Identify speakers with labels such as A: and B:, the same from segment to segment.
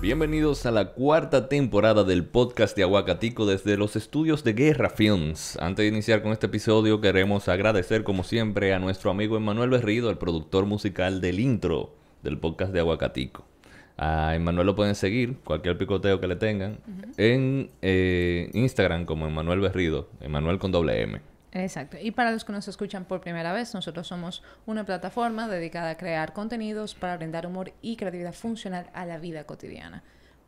A: Bienvenidos a la cuarta temporada del podcast de Aguacatico desde los estudios de Guerra Films. Antes de iniciar con este episodio queremos agradecer como siempre a nuestro amigo Emanuel Berrido, el productor musical del intro del podcast de Aguacatico. A Emanuel lo pueden seguir, cualquier picoteo que le tengan, en eh, Instagram como Emanuel Berrido, Emanuel con doble M.
B: Exacto. Y para los que nos escuchan por primera vez, nosotros somos una plataforma dedicada a crear contenidos para brindar humor y creatividad funcional a la vida cotidiana.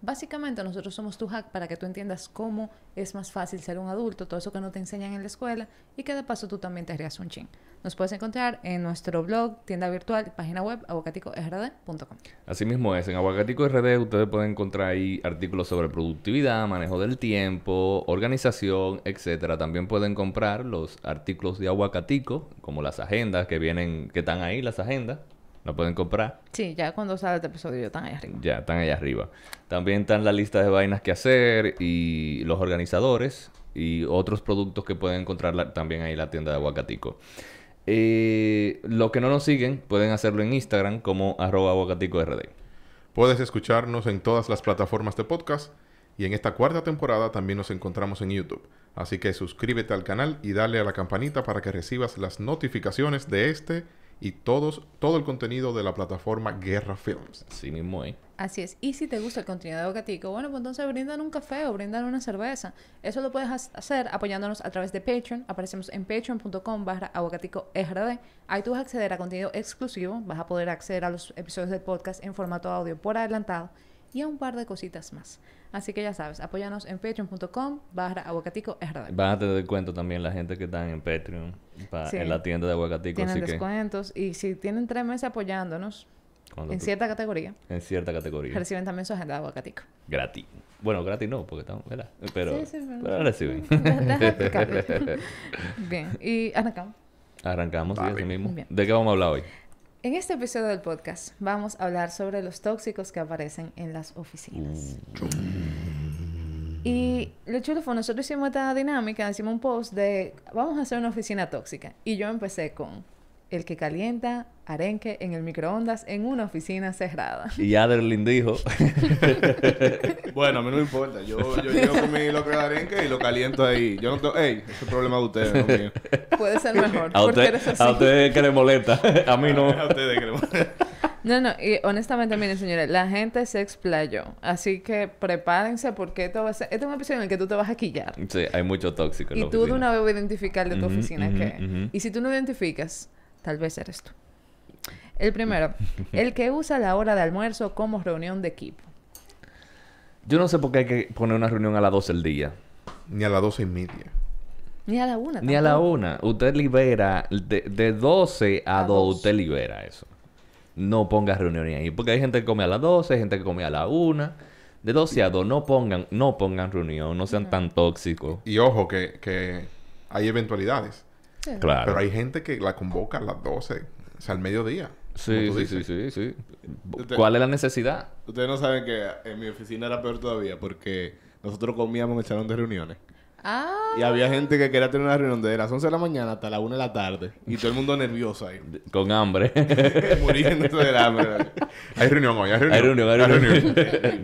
B: Básicamente nosotros somos tu hack para que tú entiendas cómo es más fácil ser un adulto, todo eso que no te enseñan en la escuela y que de paso tú también te rías un chin. Nos puedes encontrar en nuestro blog, tienda virtual, página web, abocaticord.com.
A: Asimismo es, en Aguacatico RD ustedes pueden encontrar ahí artículos sobre productividad, manejo del tiempo, organización, etcétera. También pueden comprar los artículos de Aguacatico, como las agendas que vienen, que están ahí las agendas, las pueden comprar.
B: Sí, ya cuando sale este episodio yo están ahí arriba.
A: Ya, están allá arriba. También están la lista de vainas que hacer y los organizadores y otros productos que pueden encontrar la- también ahí en la tienda de Aguacatico. Eh, los que no nos siguen pueden hacerlo en Instagram como arroba aguacaticoRD.
C: Puedes escucharnos en todas las plataformas de podcast y en esta cuarta temporada también nos encontramos en YouTube. Así que suscríbete al canal y dale a la campanita para que recibas las notificaciones de este y todos, todo el contenido de la plataforma Guerra Films.
A: Así mismo, ¿eh?
B: Así es. Y si te gusta el contenido de Bocatico, bueno, pues entonces brindan un café o brindan una cerveza. Eso lo puedes ha- hacer apoyándonos a través de Patreon. Aparecemos en patreon.com barra abocaticord. Ahí tú vas a acceder a contenido exclusivo, vas a poder acceder a los episodios del podcast en formato audio por adelantado y a un par de cositas más. Así que ya sabes, apóyanos en patreon.com barra abocaticord.
A: Van a tener cuenta también la gente que están en Patreon, pa-
B: Sí.
A: en la tienda de aguacatico.
B: Tienen
A: así que
B: descuentos y si tienen tres meses apoyándonos
A: cuando
B: en
A: tú-
B: cierta categoría,
A: en cierta categoría.
B: reciben también su agenda de Abocatico.
A: gratis. Bueno, gratis no, porque estamos, ¿verdad? Pero,
B: Sí, sí, pero-
A: pero reciben.
B: Deja explicarle. Bien, y arrancamos.
A: Arrancamos, sí,
C: Dale.
A: así mismo.
B: Bien.
A: ¿De qué vamos a hablar hoy?
B: En este episodio del podcast vamos a hablar sobre los tóxicos que aparecen en las oficinas.
A: Uh.
B: Y lo chulo fue, nosotros hicimos esta dinámica, hicimos un post de vamos a hacer una oficina tóxica. Y yo empecé con el que calienta arenque en el microondas en una oficina cerrada.
A: Y Aderlin dijo,
D: Bueno, a mí no me importa. Yo, yo llego con mi loco de arenque y lo caliento ahí. Yo no tengo... ¡Ey! Ese es el problema de ustedes, no mío.
B: Puede ser mejor.
A: a
B: porque
A: usted,
B: eres así.
A: a usted que le molesta, a mí no.
D: A ustedes que le-
B: No, no, y honestamente, miren, señores, la gente se explayó. Así que prepárense porque esto va a ser... Este es un episodio en el que tú te vas a quillar.
A: Sí, hay mucho tóxico en la
B: Y tú de
A: oficina.
B: una vez vas a identificar de tu
A: Ujú,
B: oficina
A: ujú,
B: que
A: ujú.
B: Y si tú no identificas, tal vez eres tú. El primero, el que usa la hora de almuerzo como reunión de equipo.
A: Yo no sé por qué hay que poner una reunión a las 12 del día.
C: Ni a las doce y media.
B: Ni a la una.
A: Ni a la
B: Ah, tampoco.
A: una. Usted libera, de, de 12 a,
B: A
A: 2,
B: dos.
A: usted libera eso. No ponga reuniones ahí. Porque hay gente que come a las 12, hay gente que come a la 1. De 12 a 2, no pongan, no pongan reunión, no sean tan tóxicos.
C: Y ojo que, que hay eventualidades.
B: Sí.
A: Claro.
C: Pero hay gente que la convoca a las 12, o sea, al mediodía.
A: Sí,
C: como tú
A: sí, sí,
C: dices.
A: sí, sí.
D: Usted-
A: ¿Cuál es la necesidad?
D: Ustedes no saben que en mi oficina era peor todavía porque nosotros comíamos en el salón de reuniones.
B: Ah,
D: Y había gente que quería tener una reunión de las 11 de la mañana hasta las 1 de la tarde. Y todo el mundo nervioso ahí.
A: Con hambre.
D: Muriéndose del hambre.
C: Hay reunión hoy, hay reunión.
A: Hay reunión, hay reunión.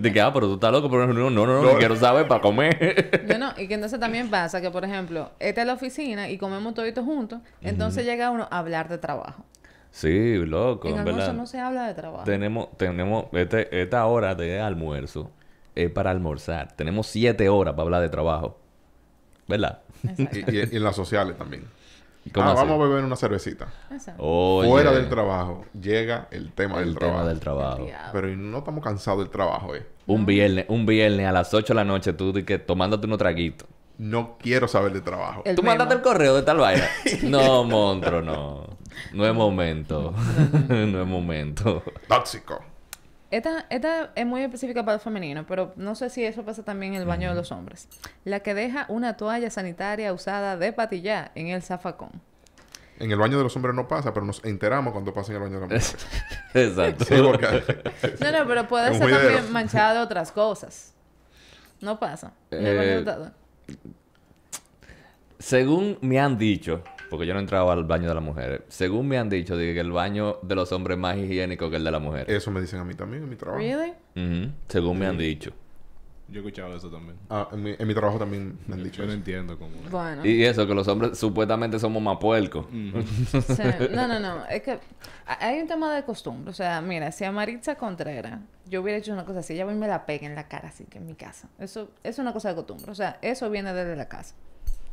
A: De que, ah, pero tú estás loco por una reunión. No, no, no,
C: No.
A: ni quiero saber para comer.
B: no, no. Y que entonces también pasa que, por ejemplo, esta es la oficina y comemos toditos juntos. Entonces llega uno a hablar de trabajo.
A: Sí, loco,
B: en
A: en
B: almuerzo
A: verdad.
B: no se habla de trabajo.
A: Tenemos, tenemos, este- esta hora de almuerzo es para almorzar. Tenemos siete horas para hablar de trabajo. ¿Verdad?
B: Exacto.
C: Y, y- y en las sociales también.
A: ¿Cómo
C: Ah,
A: así?
C: vamos a beber una cervecita.
B: Exacto.
A: Oye,
C: Fuera del trabajo llega el tema
A: El
C: del
A: tema
C: trabajo.
A: del trabajo.
B: Diablo.
C: Pero no estamos cansados del trabajo, eh.
A: Un viernes, un viernes a las 8 de la noche, tú di que tomándote unos traguitos.
C: No quiero saber de trabajo.
B: El
A: ¿Tú
B: memo.
A: mandaste el correo de tal vaina? No, monstruo, no. No es momento. no es momento.
C: Tóxico.
B: Esta, esta es muy específica para el femenino, pero no sé si eso pasa también en el baño de los hombres. La que deja una toalla sanitaria usada de patilla en el zafacón.
C: En el baño de los hombres no pasa, pero nos enteramos cuando pasa en el baño de los hombres.
A: Exacto.
C: Sí, porque-
B: No, no, pero puede
C: Es un
B: ser
C: juidero.
B: también manchada de otras cosas. No pasa. En el baño
A: Eh,
B: de-
A: Según me han dicho, Porque yo no entraba al baño de las mujeres. Según me han dicho, dije que el baño de los hombres es más higiénico que el de las mujeres.
C: Eso me dicen a mí también en mi trabajo.
B: ¿Really?
A: Ujú, Según me han dicho.
D: Yo he escuchado eso también.
C: Ah, en, mi, en mi trabajo también me han dicho
D: Yo no
C: eso.
D: entiendo cómo.
B: Bueno.
A: Y eso, que los hombres supuestamente somos más puercos.
B: Sí. No, no, no. Es que a- hay un tema de costumbre. O sea, mira, si a Maritza Contreras yo hubiera hecho una cosa así, ella va y me la pega en la cara, así que en mi casa. Eso es una cosa de costumbre. O sea, eso viene desde la casa.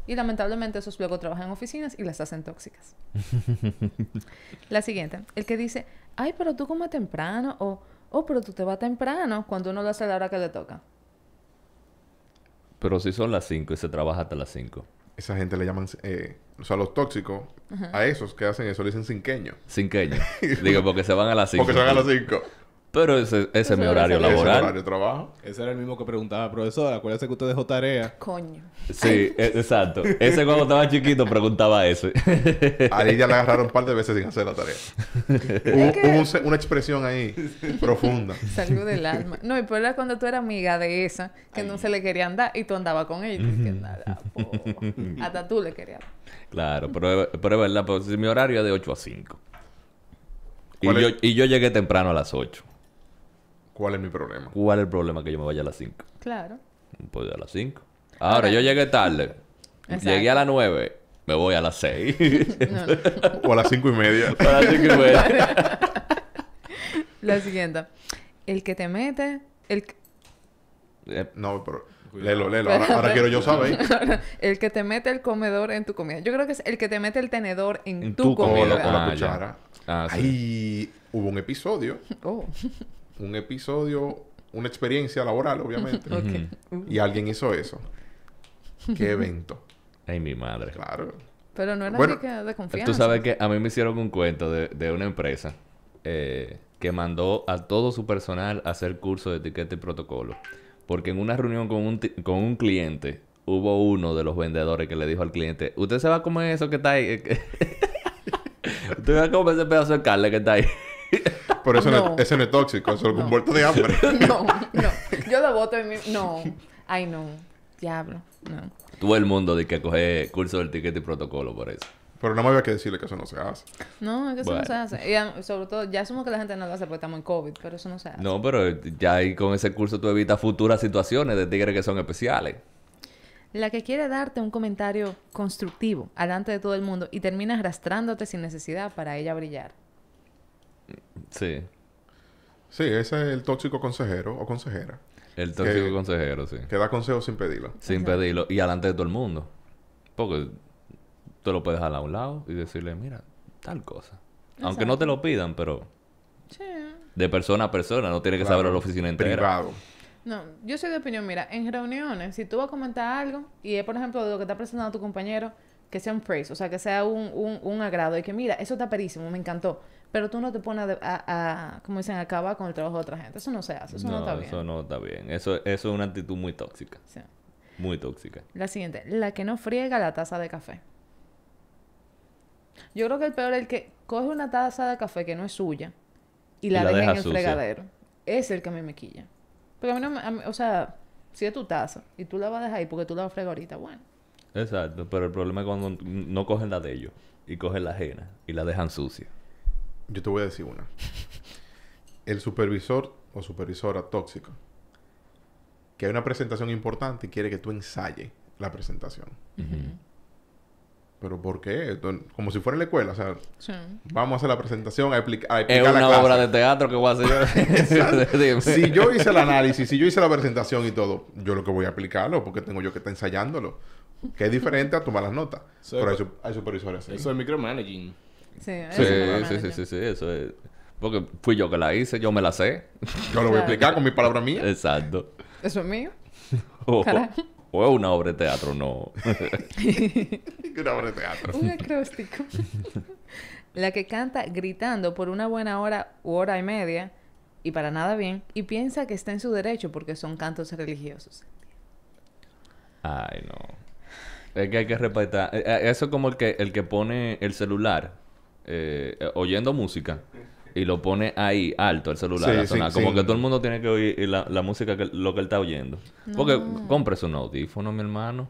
B: Y lamentablemente esos luego trabajan en oficinas y las hacen tóxicas. la siguiente. El que dice, ay, pero tú comes temprano o, oh, pero tú te vas temprano cuando uno lo hace a la hora que le toca.
A: Pero si son las 5 y se trabaja hasta las 5.
C: Esa gente le llaman, eh, o sea, los tóxicos, a esos que hacen eso le dicen cinqueño.
A: Cinqueños. Digo, porque se van a las 5.
C: Porque se van a las 5.
A: Pero ese, ese es mi
B: es
A: horario
B: horario
A: laboral.
C: de trabajo.
D: Ese era el mismo que preguntaba, profesora, acuérdese que usted dejó tarea.
B: Coño.
A: Sí, e- exacto. Ese cuando estaba chiquito preguntaba eso.
C: A ella la agarraron un par de veces sin hacer la tarea. hubo, hubo un se- una expresión ahí profunda.
B: Salió del alma. No, y por era cuando tú eras amiga de esa, que no se le quería andar y tú andabas con ella. Y que nada, po. Hasta tú le querías.
A: claro, pero, es- pero es verdad, pues, mi horario es de 8 a 5. Y
C: ¿Cuál
A: yo,
C: es?
A: y yo llegué temprano a las 8.
C: ¿Cuál es mi problema?
A: ¿Cuál es el problema que yo me vaya a las 5?
B: Claro.
A: No puedo ir a las 5. Ahora, yo llegué tarde.
B: Exacto.
A: Llegué a las 9. Me voy a las 6.
B: No, no.
C: O a las cinco y media.
A: Para las cinco y media.
B: La siguiente. El que te mete, el, que-
A: Eh,
C: No, pero
D: Cuidado.
C: léelo, léelo. Ahora, ahora quiero yo saber.
B: el que te mete el comedor en tu comida. Yo creo que es el que te mete el tenedor en,
A: En
B: tu,
A: tu
C: O
B: comida.
C: la,
A: comida.
C: o la
A: Ah, ya.
C: cuchara.
A: Ah, sí.
C: Ahí hubo un episodio,
B: Oh,
C: un episodio, una experiencia laboral, obviamente.
B: ok. Uh,
C: Y alguien hizo eso. ¿Qué evento?
A: Ay, mi madre.
C: Claro.
B: Pero no era
C: Bueno,
B: así que de confianza.
A: Tú sabes que a mí me hicieron un cuento de, de una empresa eh, que mandó a todo su personal a hacer curso de etiqueta y protocolo. Porque en una reunión con un, ti- con un cliente hubo uno de los vendedores que le dijo al cliente, usted se va a comer eso que está ahí. Usted va a comer ese pedazo de carne que está ahí.
C: Pero eso no,
B: No.
C: es, eso no es tóxico, eso es
B: No.
C: un vuelto de hambre.
B: No, no. Yo lo voto en mi... No. Ay, no. Diablo. No.
A: Todo el mundo de que coge curso de etiqueta y protocolo por eso.
C: Pero no me había que decirle que eso no se hace.
B: No, es que eso no se
A: Bueno.
B: hace. Y ah, sobre todo, ya asumo que la gente no lo hace porque estamos en COVID, pero eso no se hace.
A: No, pero ya ahí con ese curso tú evitas futuras situaciones de tigres que son especiales.
B: La que quiere darte un comentario constructivo alante de todo el mundo y termina arrastrándote sin necesidad para ella brillar.
A: Sí.
C: Sí, ese es el tóxico consejero o consejera.
A: El tóxico
C: Que-
A: consejero, sí.
C: Que da consejos sin pedirlo.
A: Sin pedirlo. Y delante de todo el mundo. Porque tú lo puedes dejar a un lado y decirle, mira, tal cosa. Aunque no te lo pidan, pero
B: Sí.
A: de persona a persona. No tiene que saber la oficina entera.
C: Privado.
B: No, yo soy de opinión, mira, en reuniones, si tú vas a comentar algo y es, por ejemplo, de lo que está presentando tu compañero, que sea un praise, o sea, que sea un, un, un agrado y que, mira, eso está perísimo, me encantó, pero tú no te pones a, a- a, como dicen, a acabar con el trabajo de otra gente. Eso no se hace, eso no, está bien.
A: eso no está bien. Eso, eso es una actitud muy tóxica.
B: Sí.
A: Muy tóxica.
B: La siguiente, la que no friega la taza de café. Yo creo que el peor es el que coge una taza de café que no es suya y la,
A: la
B: deja,
A: deja
B: en el
A: sucia.
B: fregadero. Es el que a mí me quilla. Porque a mí no me, a mí- o sea, si es tu taza y tú la vas a dejar ahí porque tú la vas a fregar ahorita, bueno.
A: Exacto. Pero el problema es cuando no cogen la de ellos. Y cogen la ajena. Y la dejan sucia.
C: Yo te voy a decir una. El supervisor o supervisora tóxica. Que hay una presentación importante y quiere que tú ensaye la presentación. Pero ¿por qué? Esto- Como si fuera en la escuela. O sea,
B: Sí.
C: vamos a hacer la presentación a, explica- a
A: Es
C: explicar la
A: una
C: clase.
A: obra de teatro que voy a hacer yo. Dime.
C: Si yo hice el análisis, si yo hice la presentación y todo, yo lo que voy a aplicarlo porque tengo yo que estar ensayándolo. Que es diferente a tomar las notas.
D: Sí,
C: Pero hay,
D: pero-
C: su- hay supervisores así.
D: Eso es micromanaging.
B: Sí,
A: Sí,
B: eso me
A: sí,
B: lo
A: sí,
B: manejo.
A: sí, sí, Eso es. Porque fui yo que la hice. Yo me la sé.
C: Yo lo voy a explicar con mis palabras mías.
A: Exacto.
B: Eso es mío.
A: O,
B: Carajo.
A: o es una obra de teatro, no.
C: Una obra de teatro.
B: Un acróstico. la que canta gritando por una buena hora u hora y media y para nada bien y piensa que está en su derecho porque son cantos religiosos.
A: Ay, no. Es que hay que respetar. Eh, eh, Eso es como el que, el que pone el celular eh, eh, oyendo música y lo pone ahí, alto el celular.
C: Sí,
A: a sonar.
C: sí,
A: como
C: sí.
A: que todo el mundo tiene que oír eh, la, la música, que, lo que él está oyendo. Porque compre su audífono, mi hermano.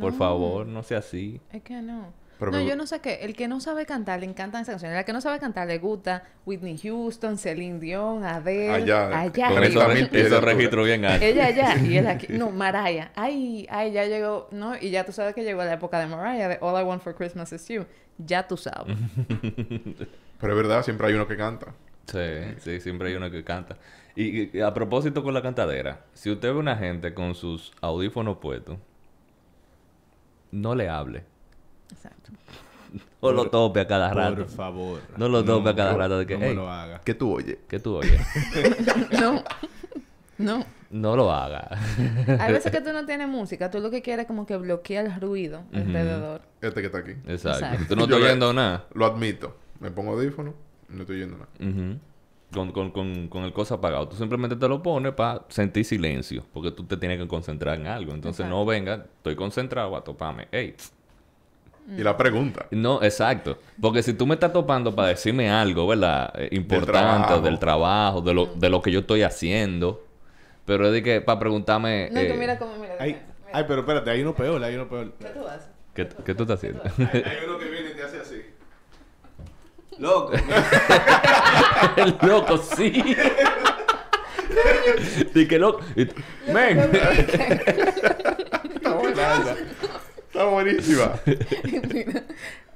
A: Por favor, no sea así.
B: Es que no.
C: Pero
B: no,
C: me-
B: yo no sé qué. El que no sabe cantar le encantan esas canciones. El que no sabe cantar le gusta Whitney Houston, Celine Dion, Adele.
C: Allá,
B: allá.
C: con
A: Con
B: arriba.
A: eso,
C: 40.000 pies de
A: eso
C: altura.
A: registro bien alto.
B: Ella allá y él aquí. No, Mariah. Ay, ay, ya llegó, ¿no? Y ya tú sabes que llegó la época de Mariah, de All I Want for Christmas is You. Ya tú sabes.
C: Pero es verdad, siempre hay uno que canta.
A: Sí, sí, siempre hay uno que canta. Y, y a propósito con la cantadera, si usted ve una gente con sus audífonos puestos, no le hable.
B: Exacto.
A: O lo tope a cada rato.
D: Por favor.
A: No lo tope a cada
C: no,
A: rato de que,
D: no me
A: "Ey,
D: lo haga.
C: ¿Qué tú oyes?
A: ¿qué tú oyes?
B: No. No.
A: No lo haga.
B: Hay veces que tú no tienes música. Tú lo que quieres es como que bloquea el ruido alrededor.
C: Este que está aquí.
A: Exacto.
B: Exacto.
A: Tú no
C: Yo
A: estás
C: le-
A: oyendo nada.
C: Lo admito. Me pongo audífono, no estoy oyendo nada.
A: Ujú. con, con, con, con el cosa apagado. Tú simplemente te lo pones para sentir silencio, porque tú te tienes que concentrar en algo. Entonces no venga, estoy concentrado, a toparme. Ey, tss.
C: Y la pregunta.
A: No, exacto. Porque si tú me estás topando para decirme algo, ¿verdad? Eh, Importante,
C: trabajo.
A: del trabajo, de, lo, de lo que yo estoy haciendo. Pero es de que para preguntarme...
B: No, y tú
A: eh,
B: mira cómo mira.
D: Ay, ay, pero espérate, hay uno peor, hay uno peor.
B: ¿Qué tú haces?
A: ¿qué, qué tú estás haciendo?
D: Hay uno que viene y te hace así. Loco.
A: El loco, sí. y que loco... y-
C: ¡Men! está buena esa. Está buenísima.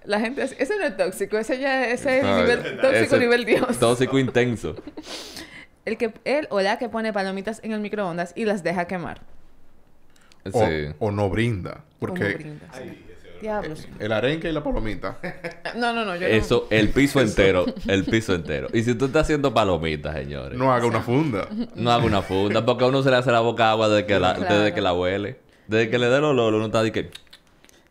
B: La gente así, ese no es tóxico, ese ya ese es
C: Ah,
B: nivel, tóxico
A: ese
B: nivel Dios.
A: Tóxico intenso.
B: El que él o la que pone palomitas en el microondas y las deja quemar.
C: O,
A: Sí.
C: o no brinda.
B: Como
C: Porque
B: brindas. Diablos. Eh,
C: el arenque y la palomita.
B: No, no, no, yo no-
A: Eso, el piso entero, el piso entero. Y si tú estás haciendo palomitas, señores, no,
C: No haga una funda.
A: haga una funda, porque a uno se le hace la boca agua desde que la,
B: Claro.
A: desde que la huele. Desde que le dé el olor, uno está de que...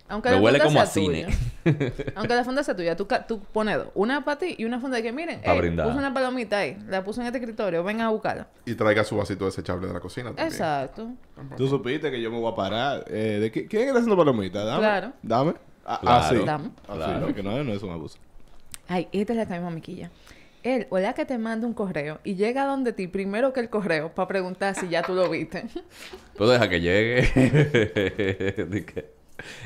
B: Aunque
A: Me
B: la
A: huele
B: funda
A: como
B: sea
A: a cine.
B: tuya, aunque la funda sea tuya, tú, ca- tú pones dos. Una para ti y una funda de que miren,
A: Pa'
B: ey,
A: brindar.
B: puse una palomita ahí, la puse en este escritorio, ven a buscarla.
C: Y traiga su vasito desechable de la cocina. También.
B: Exacto.
D: Tú supiste que yo me voy a parar. Eh, ¿de qué- ¿Quién está haciendo palomitas? Dame.
B: Claro.
D: Dame. Ah,
A: Claro.
D: así.
B: Dame.
D: Así,
A: Claro.
D: lo que no es, no es un abuso.
B: Ay, esta es la misma miquilla. Él o la que te manda un correo y llega donde ti primero que el correo para preguntar si ya tú lo viste.
A: Pues deja que llegue. De que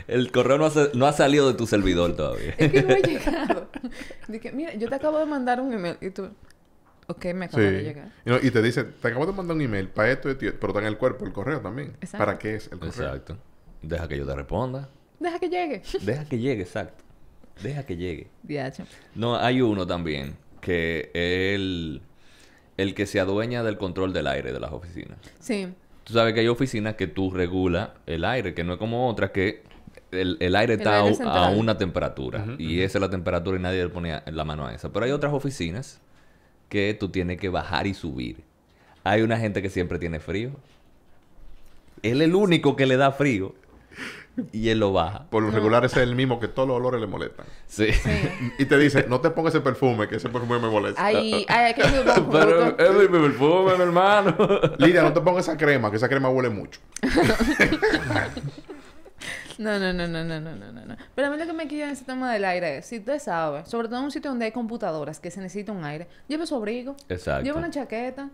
A: El correo no ha, sa- no ha salido de tu servidor todavía.
B: Es que no he llegado. Dije, mira, yo te acabo de mandar un email y tú, ok, me acaba de
C: Sí.
B: llegar.
C: Y, no- y te dice, te acabo de mandar un email para esto y esto, y esto", pero está en el cuerpo, el correo también.
B: Exacto.
C: ¿Para qué es el correo?
A: Exacto. Deja que yo te responda.
B: Deja que llegue.
A: Deja que llegue, exacto. Deja que llegue.
B: Diacho.
A: No, hay uno también, que es el, el que se adueña del control del aire de las oficinas.
B: Sí.
A: Tú sabes que hay oficinas que tú regulas el aire, que no es como otras que el, el aire
B: El
A: está
B: aire
A: a- a,
B: central.
A: una temperatura y esa es la temperatura y nadie le pone a- la mano a esa. Pero hay otras oficinas que tú tienes que bajar y subir. Hay una gente que siempre tiene frío. Él es el único que le da frío y él lo baja.
C: Por lo regular ese es el mismo que todos los olores le molestan.
A: Sí.
C: Y te dice, no te pongas ese perfume, que ese perfume me molesta.
B: Ay, ay, hay que subir un poco.
A: Pero es mi perfume, mi hermano.
C: Lidia, no te pongas esa crema, que esa crema huele mucho.
B: No, no, no, no, no, no, no, no, no. Pero a mí lo que me quilla en ese tema del aire es, si usted sabe, sobre todo en un sitio donde hay computadoras que se necesita un aire, lleve su abrigo,
A: Exacto.
B: lleve una chaqueta,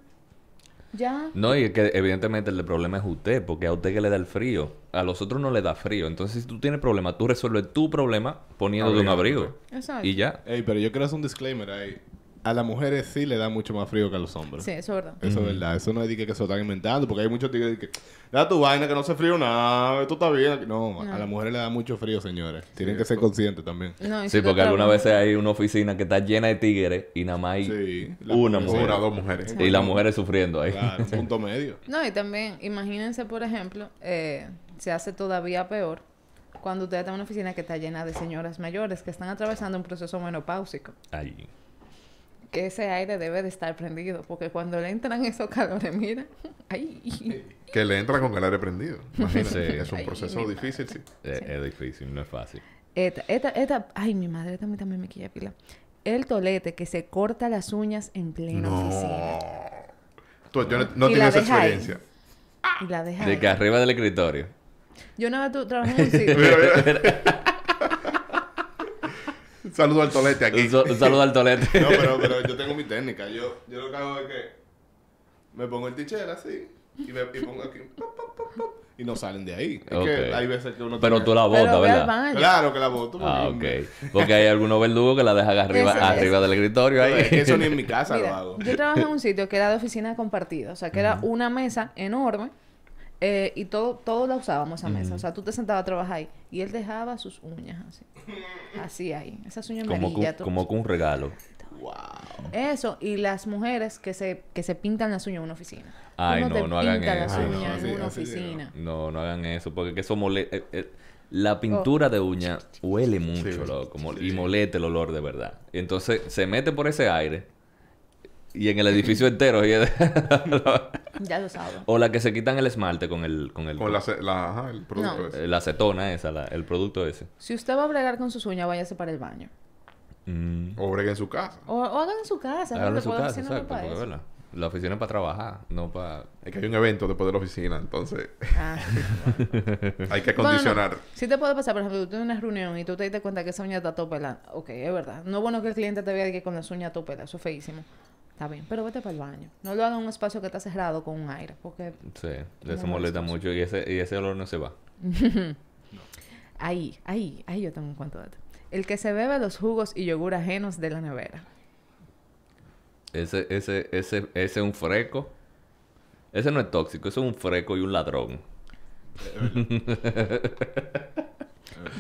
B: ya.
A: No, y es que evidentemente el problema es usted, porque a usted que le da el frío, a los otros no le da frío. Entonces, si tú tienes problema, tú resuelves tu problema poniéndote un abrigo.
C: Abrigándote.
B: Exacto.
A: Y ya.
D: Ey, pero yo quiero hacer un disclaimer ahí. A las mujeres sí le da mucho más frío que a los hombres.
B: Sí, eso es verdad.
D: Eso es verdad. Eso no es de que que se lo están inventando. Porque hay muchos tigres que... Da tu vaina que no hace frío nada. Tú estás bien. No, a las mujeres le da mucho frío, señores. Tienen que ser conscientes también.
B: No, y si
A: Sí,
B: tú
A: porque algunas
B: trabajas-
A: veces hay una oficina que está llena de tigres y nada más hay
D: Sí. La-
A: una
D: Sí.
A: mujer.
C: Una, dos mujeres.
A: Y las mujeres sufriendo ahí.
D: Claro, un punto medio.
B: No, y también, imagínense, por ejemplo, eh, se hace todavía peor cuando usted está en una oficina que está llena de señoras mayores que están atravesando un proceso menopáusico.
A: Ay.
B: Que ese aire debe de estar prendido, porque cuando le entran esos calores, mira, ay,
C: Que le entra con el aire prendido. Imagínate.
A: Sí.
C: Es un
B: Ay,
C: proceso
B: mi
C: difícil, sí.
A: Es, eh, es difícil, no es fácil.
B: Eta, eta, eta. Ay, mi madre esta a mí también me quilla pila. El tolete que se corta las uñas en plena oficina.
C: No. Tú, yo no, no
B: Y
C: tengo
B: la
C: esa
B: deja ahí.
C: experiencia.
B: Y la deja.
A: De
B: ahí.
A: que arriba del escritorio.
B: Yo una vez tu- trabajé en un sitio.
C: Mira, mira. Saludo al tolete aquí.
A: Un, so- un saludo al tolete.
D: No, pero, pero yo tengo mi técnica. Yo, yo lo que hago es que me pongo el tichel así y me y pongo aquí. pop, pop, pop, pop, y no salen de ahí. Es
A: Ok.
D: que hay veces que uno
A: Pero
D: tiene-
A: tú la botas,
B: Pero ve al
A: ¿verdad?
B: baño.
D: Claro que la voto.
A: Ah,
D: porque-
A: ok. Porque hay algunos verdugos que la dejan arriba,
B: Eso es.
A: arriba del escritorio ahí.
D: Es que Eso ni en mi casa lo
B: Mira,
D: hago.
B: yo trabajé en un sitio que era de oficina compartida, o sea, que era una mesa enorme eh, y todo, todos la usábamos esa mesa. O sea, tú te sentabas a trabajar ahí y él dejaba sus uñas así. Así ahí, esas uñas
A: como,
B: amarillas.
A: que-
B: todo.
A: como que un regalo.
D: Wow.
B: Eso, y las mujeres que se, que se pintan las uñas en una oficina.
A: Ay,
B: Uno
A: no,
B: te
A: no hagan
B: pinta
A: eso.
B: las
D: Ay, no,
B: uñas
D: así-
B: en una
D: así sí, no.
B: oficina.
A: No, no hagan eso, porque que eso mole... eh, eh,
B: Oh.
A: la pintura de uña huele mucho,
C: Sí.
A: loco, mol- y molete el olor de verdad. Entonces se mete por ese aire y en el edificio entero. y-
B: Ya lo saben.
A: o la que se quitan el esmalte con el, con el,
C: Con la, ce- la- ajá, el producto
B: No.
C: ese.
A: eh, la acetona esa, la- el producto ese.
B: Si usted va a bregar con sus uñas, váyase para el baño.
A: Mm.
C: O brega en su casa.
B: O, o hagan en su casa.
A: Hágalo
B: no
A: en su
B: Porque la
A: casa,
B: oficina no
A: exacto,
B: para
A: porque
B: eso.
A: ¿verdad? la oficina es para trabajar, no para...
C: Es que hay un evento después de la oficina, entonces
B: Ah.
C: hay que
B: Bueno, no.
C: acondicionar.
B: Sí te puede pasar, por ejemplo, tú tienes una reunión y tú te diste cuenta que esa uña está toda pelada. Ok, es verdad. No es bueno que el cliente te vea de que con las uñas toda pelada. Eso es feísimo. Está bien, pero vete para el baño. No lo hagas en un espacio que está cerrado con un aire, porque
A: Sí,
B: Muy
A: eso molesta
B: respetuoso.
A: mucho y ese, y ese olor no se va.
B: ahí, ahí, ahí yo tengo un cuento de esto. El que se bebe los jugos y yogur ajenos de la nevera.
A: Ese, ese, ese, ese es un freco. Ese no es tóxico, ese es un freco y un ladrón.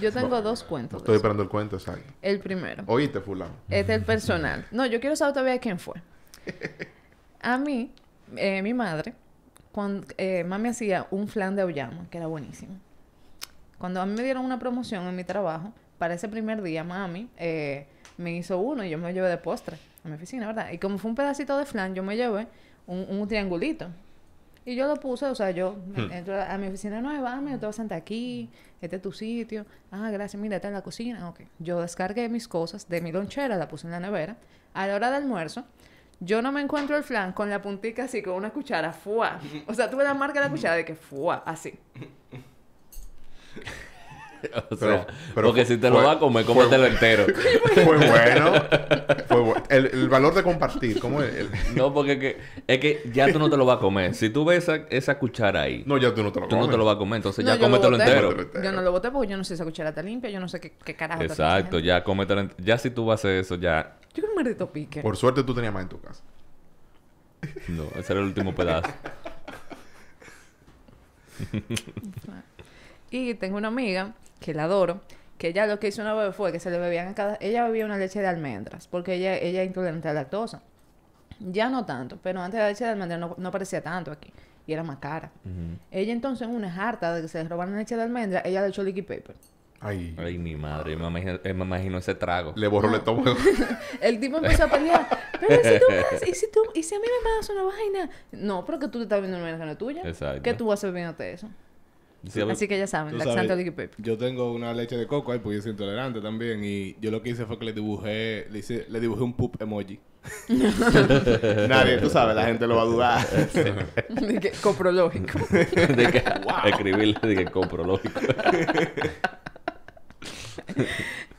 B: Yo tengo dos cuentos. de
C: Eh, Estoy
B: eso.
C: esperando el cuento, exacto.
B: El primero.
C: Oíste, fulano.
B: Este es el personal. No, yo quiero saber todavía quién fue. A mí, eh, mi madre, cuando, eh, mami hacía un flan de auyama, que era buenísimo. Cuando a mí me dieron una promoción en mi trabajo, para ese primer día, mami eh, me hizo uno y yo me lo llevé de postre a mi oficina, ¿verdad? Y como fue un pedacito de flan, yo me llevé un, un triangulito. Y yo lo puse, o sea, yo me- entro a, a mi oficina nueva, ah, mira, te vas a sentar aquí, este es tu sitio, ah, gracias, mira, está en la cocina, ok. Yo descargué mis cosas de mi lonchera, la puse en la nevera. A la hora del almuerzo, yo no me encuentro el flan con la puntica así, con una cuchara, fuá. O sea, tuve la marca de la cuchara de que fuá, así.
A: O
C: Pero-
A: sea,
C: pero
A: porque
C: fue-
A: si te lo
C: fue-
A: va a comer, cómetelo entero.
C: Fue bueno. Fue bueno. El, el valor de compartir, ¿cómo es? El-
A: No, porque es que, es que ya tú no te lo vas a comer. Si tú ves esa, esa cuchara ahí,
C: No, ya tú no te lo
A: tú
C: comes.
A: no te lo vas a comer. Entonces
B: No,
A: ya
B: yo lo
A: cómetelo
B: boté.
A: entero.
C: Cómetelo. entero.
B: Yo no lo boté porque yo no sé si esa cuchara está limpia, yo no sé qué, qué carajo está haciendo esa
A: Exacto,
B: gente.
A: ya cómetelo entero. Ya si tú vas a hacer eso, ya...
B: Yo quiero un maldito pique.
C: Por suerte tú tenías más en tu casa.
A: No, ese era el último pedazo.
B: Y tengo una amiga que la adoro, que ella lo que hizo una vez fue que se le bebían a cada... Ella bebía una leche de almendras, porque ella, ella es intolerante a la lactosa. Ya no tanto, pero antes la leche de almendras no, no parecía tanto aquí. Y era más cara. Ella entonces, en una harta de que se le robaron la leche de almendras, ella le echó liquid paper.
C: Ay.
A: Ay, mi madre, me imagino, eh, me imagino ese trago.
C: Le borró el estómago.
B: El tipo empezó a pelear. Pero si tú me das- y si tú, y si a mí me pasa una vaina. No, pero que tú te estás viendo una vaina tuya.
A: Exacto.
B: ¿Qué tú vas a bebiéndote eso?
A: Sí,
B: Así que ya saben,
D: Tú
B: laxante o
D: sabes,
B: liquid paper.
D: Yo tengo una leche de coco ahí porque yo soy intolerante también. Y yo lo que hice fue que le dibujé, le, hice- le dibujé un poop emoji. Nadie, tú sabes, la gente lo va a dudar.
B: De que- Coprológico.
A: de que, escribirle de que compro, lógico.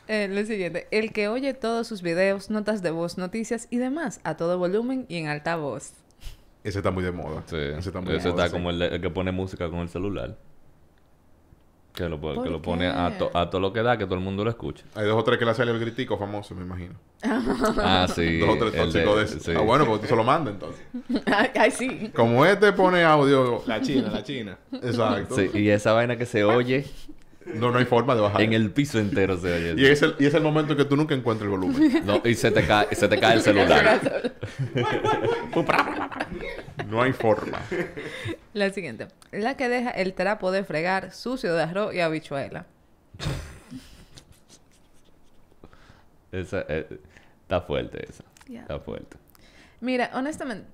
B: Eh, lo siguiente, el que oye todos sus videos, notas de voz, noticias y demás a todo volumen y en alta voz.
C: Ese está muy de moda.
A: Sí,
C: Ese está muy
A: eso
C: de moda.
A: está
C: sí.
A: como el, el que pone música con el celular. Que lo, po-
B: ¿Por
A: que lo
B: qué?
A: pone a, to- a todo lo que da, que todo el mundo lo escucha.
C: Hay dos o tres que le sale el gritico famoso, me imagino.
A: Ah, sí.
C: dos o tres
A: el
C: tóxicos de,
A: sí.
C: Ah, bueno, pues tú se lo mandas entonces.
B: ay, ay, sí.
C: Como este pone audio.
D: La China, la China.
C: Exacto.
A: Sí, y esa vaina que se oye
C: No, no hay forma de bajar.
A: en el piso entero se oye.
C: Y, es el, y es el momento en que tú nunca encuentras el volumen.
A: No, y se te cae, se te cae el celular.
C: No hay forma.
B: La siguiente, la que deja el trapo de fregar sucio de arroz y habichuela.
A: Esa, eh, está fuerte esa.
B: Ya.
A: Está fuerte.
B: Mira, honestamente,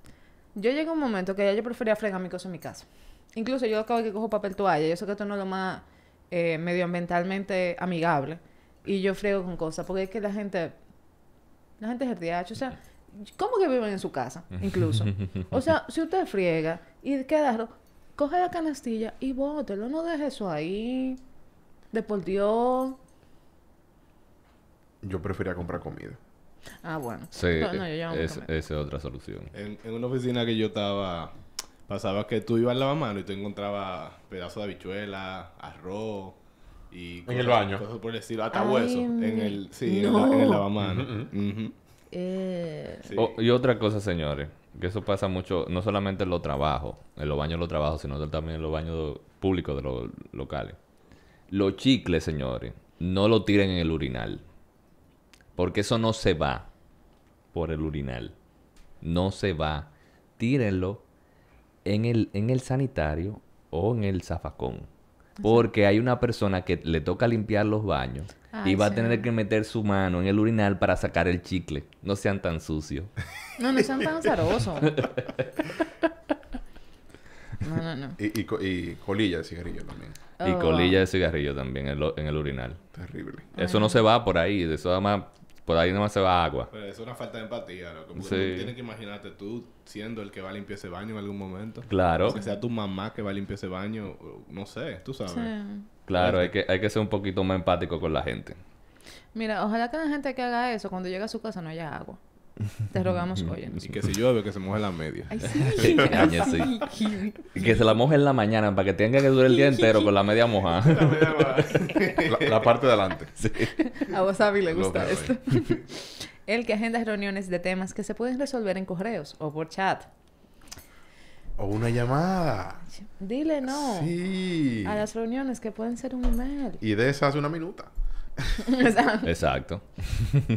B: yo llegué a un momento que ya yo prefería fregar mi cosa en mi casa. Incluso yo acabo de que cojo papel toalla. Yo sé que esto no es lo más eh, medioambientalmente amigable. Y yo frego con cosas. Porque es que la gente... La gente es el diacho. O sea, ¿cómo que viven en su casa? Incluso. O sea, si usted friega y queda... arroz, Coge la canastilla y bótelo. No deje eso ahí. De por Dios.
C: Yo prefería comprar comida.
B: Ah, bueno.
A: Sí,
B: No, no, yo llevo mucho
A: es- eh,
B: menos.
A: esa es otra solución.
D: En, en una oficina que yo estaba, pasaba que tú ibas al lavamanos y tú encontrabas pedazos de habichuela, arroz y
C: En el baño.
D: cosas por el estilo, hasta
B: Ay,
D: hueso en el sí, en el-
B: no.
D: en el lavamanos.
C: Mm,
D: Ujú.
B: Eh,
D: Sí.
A: Oh, y otra cosa, señores, que eso pasa mucho, no solamente en los trabajos, en los baños de los trabajos, sino también en los baños públicos de los locales. Los chicles, señores, no lo tiren en el urinal. Porque eso no se va por el urinal. No se va. Tírenlo en el, en el sanitario o en el zafacón.
B: Ah,
A: Porque hay una persona que le toca limpiar los baños y
B: Ay,
A: va a
B: sí.
A: tener que meter su mano en el urinal para sacar el chicle. No sean tan sucios.
B: No, no sean tan azarosos. No, no, no.
C: Y, y co- y colilla de cigarrillo también.
A: Y
B: Oh,
A: colilla
B: wow.
A: de cigarrillo también en, lo- en el urinal.
C: Terrible.
A: Eso no se va por ahí, de eso nada más, por ahí nada más se va agua.
D: Pero es una falta de empatía, ¿no? Como que
A: Sí.
D: tú tienes que imaginarte tú siendo el que va a limpiar ese baño en algún momento.
A: Claro,
D: O que sea tu mamá que va a limpiar ese baño, o- no sé, tú sabes.
B: Sí.
A: claro, hay que, hay que ser un poquito más empático con la gente.
B: Mira, ojalá que la gente que haga eso, cuando llegue a su casa no haya agua. Te rogamos, oye.
D: Y que si llueve, que se moje la media.
B: Ay, sí.
A: Caña,
B: ay, sí.
A: Y que se la moje en la mañana para que tenga que durar el día entero con la media mojada.
C: La, la parte de adelante.
B: A Wasabi le
C: Lo
B: gusta
C: veo
B: esto. El que agenda reuniones de temas que se pueden resolver en correos o por chat.
C: O una llamada.
B: Dile no
C: Sí.
B: a las reuniones que pueden ser un email.
C: Y de esa hace una minuta.
B: O sea,
A: Exacto.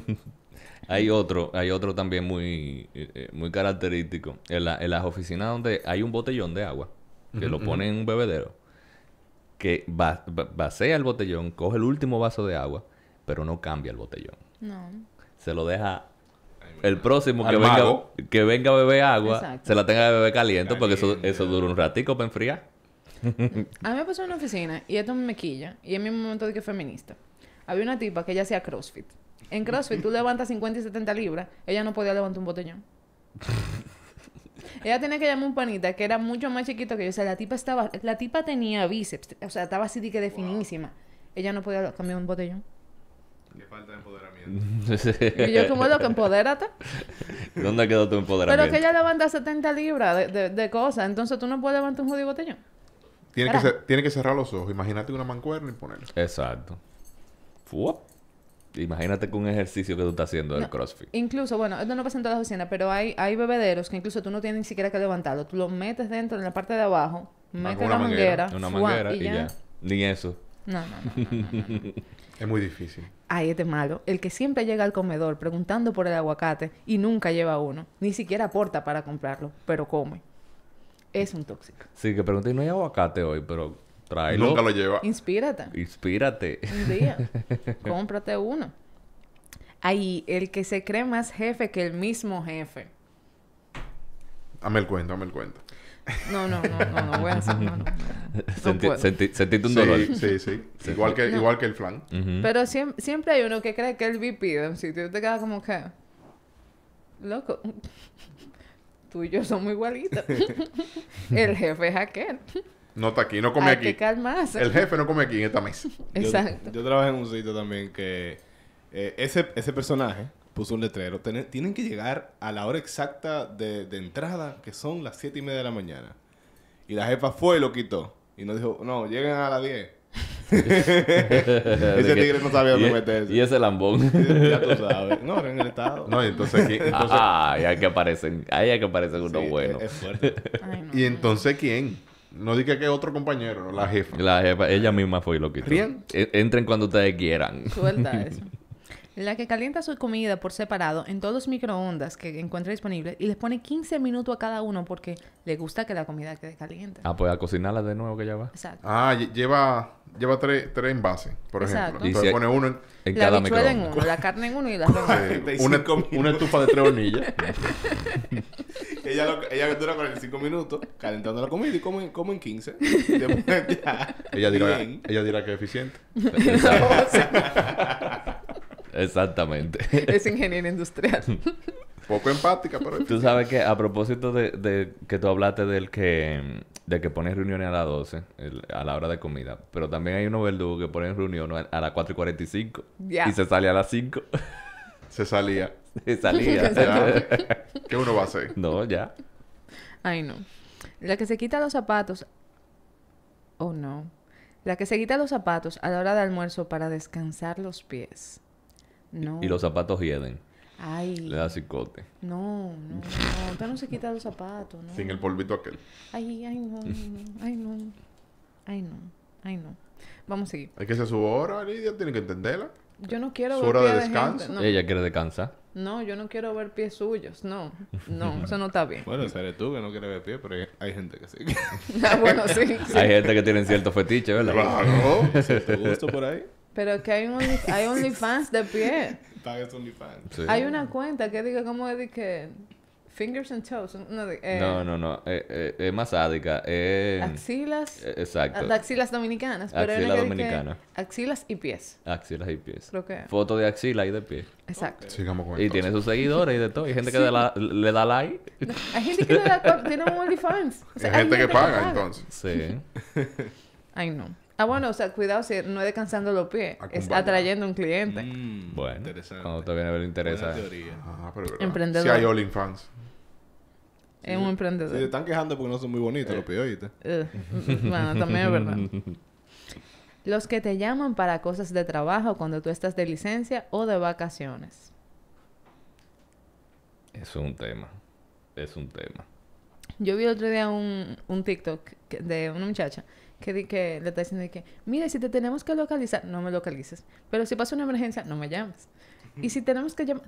A: hay otro, hay otro también muy, eh, eh, muy característico. En, la- en las oficinas donde hay un botellón de agua, que lo ponen en un bebedero, que va- va- vacía el botellón, coge el último vaso de agua, pero no cambia el botellón.
B: no.
A: Se lo deja el próximo
C: Al
A: que venga,
C: mago.
A: que venga a beber agua,
B: Exacto.
A: se la tenga que beber caliente, porque eso,
D: Caliente.
A: eso dura un ratico para enfriar.
B: A mí me pasó en una oficina y esto me quilla. Y en mi momento de que feminista. Había una tipa que ella hacía CrossFit. En CrossFit tú levantas 50 y 70 libras. Ella no podía levantar un botellón. ella tenía que llamar a un panita que era mucho más chiquito que yo. O sea, la tipa estaba... La tipa tenía bíceps. O sea, estaba así de que definísima. Ella no podía cambiar un botellón.
D: Qué falta de empoderamiento.
B: Y yo como loco, empodérate.
A: ¿Dónde quedó tu
B: Pero
A: empoderamiento?
B: que ella levanta 70 libras de, de, de cosas. Entonces tú no puedes levantar un jodido botellón.
C: Tiene que,
B: Ahora.
C: cer- tiene que cerrar los ojos. Imagínate una mancuerna y ponerla.
A: Exacto. Fuop. Imagínate con un ejercicio que tú estás haciendo del
B: No.
A: CrossFit.
B: Incluso, bueno, esto no pasa en todas las oficinas, pero hay, hay bebederos que incluso tú no tienes ni siquiera que levantarlo. Tú lo metes dentro, en la parte de abajo, metes
C: una
B: la
C: manguera,
B: manguera,
A: Una
B: ¡fua!
A: manguera y, ya. Ni eso.
B: No, no, no, no.
C: Es muy difícil.
B: Ay, este malo. El que siempre llega al comedor preguntando por el aguacate y nunca lleva uno. Ni siquiera aporta para comprarlo, pero come. Es un tóxico.
A: Sí, que pregunté, no hay aguacate hoy, pero tráelo.
C: Nunca lo
A: Ah.
C: lleva.
B: Inspírate.
A: Inspírate.
B: Un día. Cómprate uno. Ahí, el que se cree más jefe que el mismo jefe.
C: Dame el cuento, dame el cuento.
B: No, no, no, no, no voy a hacer. No, no, no. No
A: Senti-
B: puedo.
A: senti- sentiste un dolor.
C: Sí, sí, sí. Igual que,
B: No.
C: igual que el flan.
A: Ujú.
B: Pero siem- siempre hay uno que cree que el VP de un sitio y te queda como que. Loco. Tú y yo somos igualitos. el jefe es aquel.
C: No está aquí, no come
B: hay
C: aquí.
B: que calmarse.
C: El jefe no come aquí en esta mesa.
D: Yo-
B: Exacto.
D: Yo, trabajé en un sitio también que eh, ese, ese personaje puso un letrero. "Tene- tienen que llegar a la hora exacta de, de entrada, que son las 7 y media de la mañana. Y la jefa fue y lo quitó. Y nos dijo, no, lleguen a las 10.
A: De
D: ese
A: que-
D: tigre no sabía
A: y- e-,
D: dónde meterse.
A: Y ese lambón.
D: ya tú sabes. No, era en el estado.
C: No, y entonces aquí. Entonces,
A: Ay, hay que aparecen. Ahí hay que aparecen
D: Sí,
A: unos buenos.
D: Es, es fuerte.
B: Ay, no,
C: y
B: no.
C: entonces, ¿quién? No dije que otro compañero, no, la jefa.
A: La jefa, ella misma fue y lo quitó.
C: Rían.
A: E- Entren cuando ustedes quieran.
B: Suelta eso. La que calienta su comida por separado en todos los microondas que encuentra disponible y les pone 15 minutos a cada uno porque le gusta que la comida quede caliente.
A: Ah, pues a cocinarla de nuevo que ya va.
B: Exacto.
C: Ah, lle- lleva, lleva tres, tres envases, por
B: Exacto.
C: ejemplo.
A: Y
C: Entonces
A: si-
C: pone uno en.
A: En
B: la
A: cada
B: habichuela en
A: microondas.
B: uno, la carne en uno y la arroz en otro.
C: eh, una,
D: 35
C: una estufa de tres hornillas.
D: ella, lo, ella dura 45 minutos calentando la comida y comen, comen 15. Después ya.
C: Ella dirá,
D: Bien.
C: ella dirá que es eficiente.
A: Exactamente.
B: Es ingeniero industrial.
C: Poco empática, pero.
A: Tú sabes que a propósito de, de que tú hablaste del que de que pones reuniones a las 12, el- a la hora de comida, pero también hay unos verdugos que ponen reuniones a, a las 4 y 45
B: Ya.
A: y se sale a las 5
C: Se salía.
A: y salía.
C: Ya. ¿Qué uno va a hacer?
A: no, ya.
B: Ay, no. La que se quita los zapatos. Oh no. La que se quita los zapatos a la hora de almuerzo para descansar los pies. No.
A: Y los zapatos hieden.
B: Ay.
A: Le da cicote.
B: No, no, no. Usted no se quita los zapatos, no.
C: Sin el polvito aquel.
B: Ay, ay, no, no, ay, no. Ay, no, ay, no. Vamos a seguir.
C: Es que esa es su hora, Lidia, tiene que entenderla.
B: Yo no quiero
C: ¿Su
B: ver
C: hora de
B: pies de
C: descanso?
B: gente. No.
A: Ella quiere descansar.
B: no, yo no quiero ver pies suyos. No, no, eso no está bien.
D: Bueno, ese eres tú que no quieres ver pie, pero hay- hay gente que sí.
B: Ah, bueno, sí, sí.
A: Hay gente que tiene cierto fetiche, ¿verdad?
C: Claro.
D: ¿Te gusto por ahí?
B: Pero que hay, un only- hay OnlyFans de pie.
D: Pagas OnlyFans.
A: Sí.
B: Hay una cuenta que diga, ¿cómo es? de que Fingers and toes. No, de- eh,
A: No, no, no. Eh, eh, es más sádica. eh,
B: Axilas.
A: eh, exacto.
B: de axilas dominicanas. Pero hay una
A: Axila
B: que dice
A: dominicana.
B: Axilas y pies.
A: Axilas y pies.
B: Creo que.
A: Foto de axila y de pie.
B: Exacto.
C: Sigamos con
A: Y
C: entonces.
A: tiene sus seguidores y de todo. Hay gente que da la- le da like.
B: Hay gente que le da cua- tiene un OnlyFans. O
C: Hay
B: sea, hay
C: gente que paga, entonces.
A: Sí.
B: Ay, no. Ah, bueno, o sea, cuidado, si no es descansando los pies, es
C: Acompañado.
B: atrayendo un cliente.
D: Mm,
A: Bueno.
D: Interesante.
A: Cuando te viene a ver, le interesa.
D: Buena teoría.
C: Ah, pero es verdad.
B: Emprendedor.
C: Si hay OnlyFans.
B: Es un
D: Si te
B: emprendedor.
D: están quejando porque no son muy bonitos los pies, ¿oíste?
B: Ugh. Mm, bueno, también es verdad. Los que te llaman para cosas de trabajo cuando tú estás de licencia o de vacaciones.
A: Es un tema. Es un tema.
B: Yo vi otro día un, un TikTok que- de una muchacha que, di que le está diciendo de que, mira, si te tenemos que localizar, no me localices. Pero si pasa una emergencia, no me llames. Y si tenemos que llamar...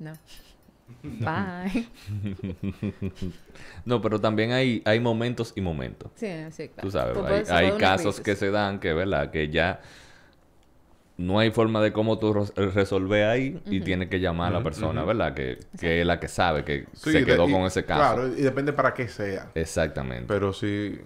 B: No. Bye.
A: No, pero también hay, hay momentos y momentos.
B: Sí, sí, claro.
A: Tú sabes,
B: Pues
A: hay,
B: puede- se puede
A: hay
B: una
A: casos que
B: crisis.
A: se dan que, ¿verdad? Que ya no hay forma de cómo tú ros- eh, resolver ahí y tienes que llamar a la persona, ¿verdad? Que, que es la que sabe que
C: Sí,
A: se
C: de-
A: quedó
C: y-
A: con ese caso.
C: Claro, y depende para qué sea.
A: Exactamente.
C: Pero si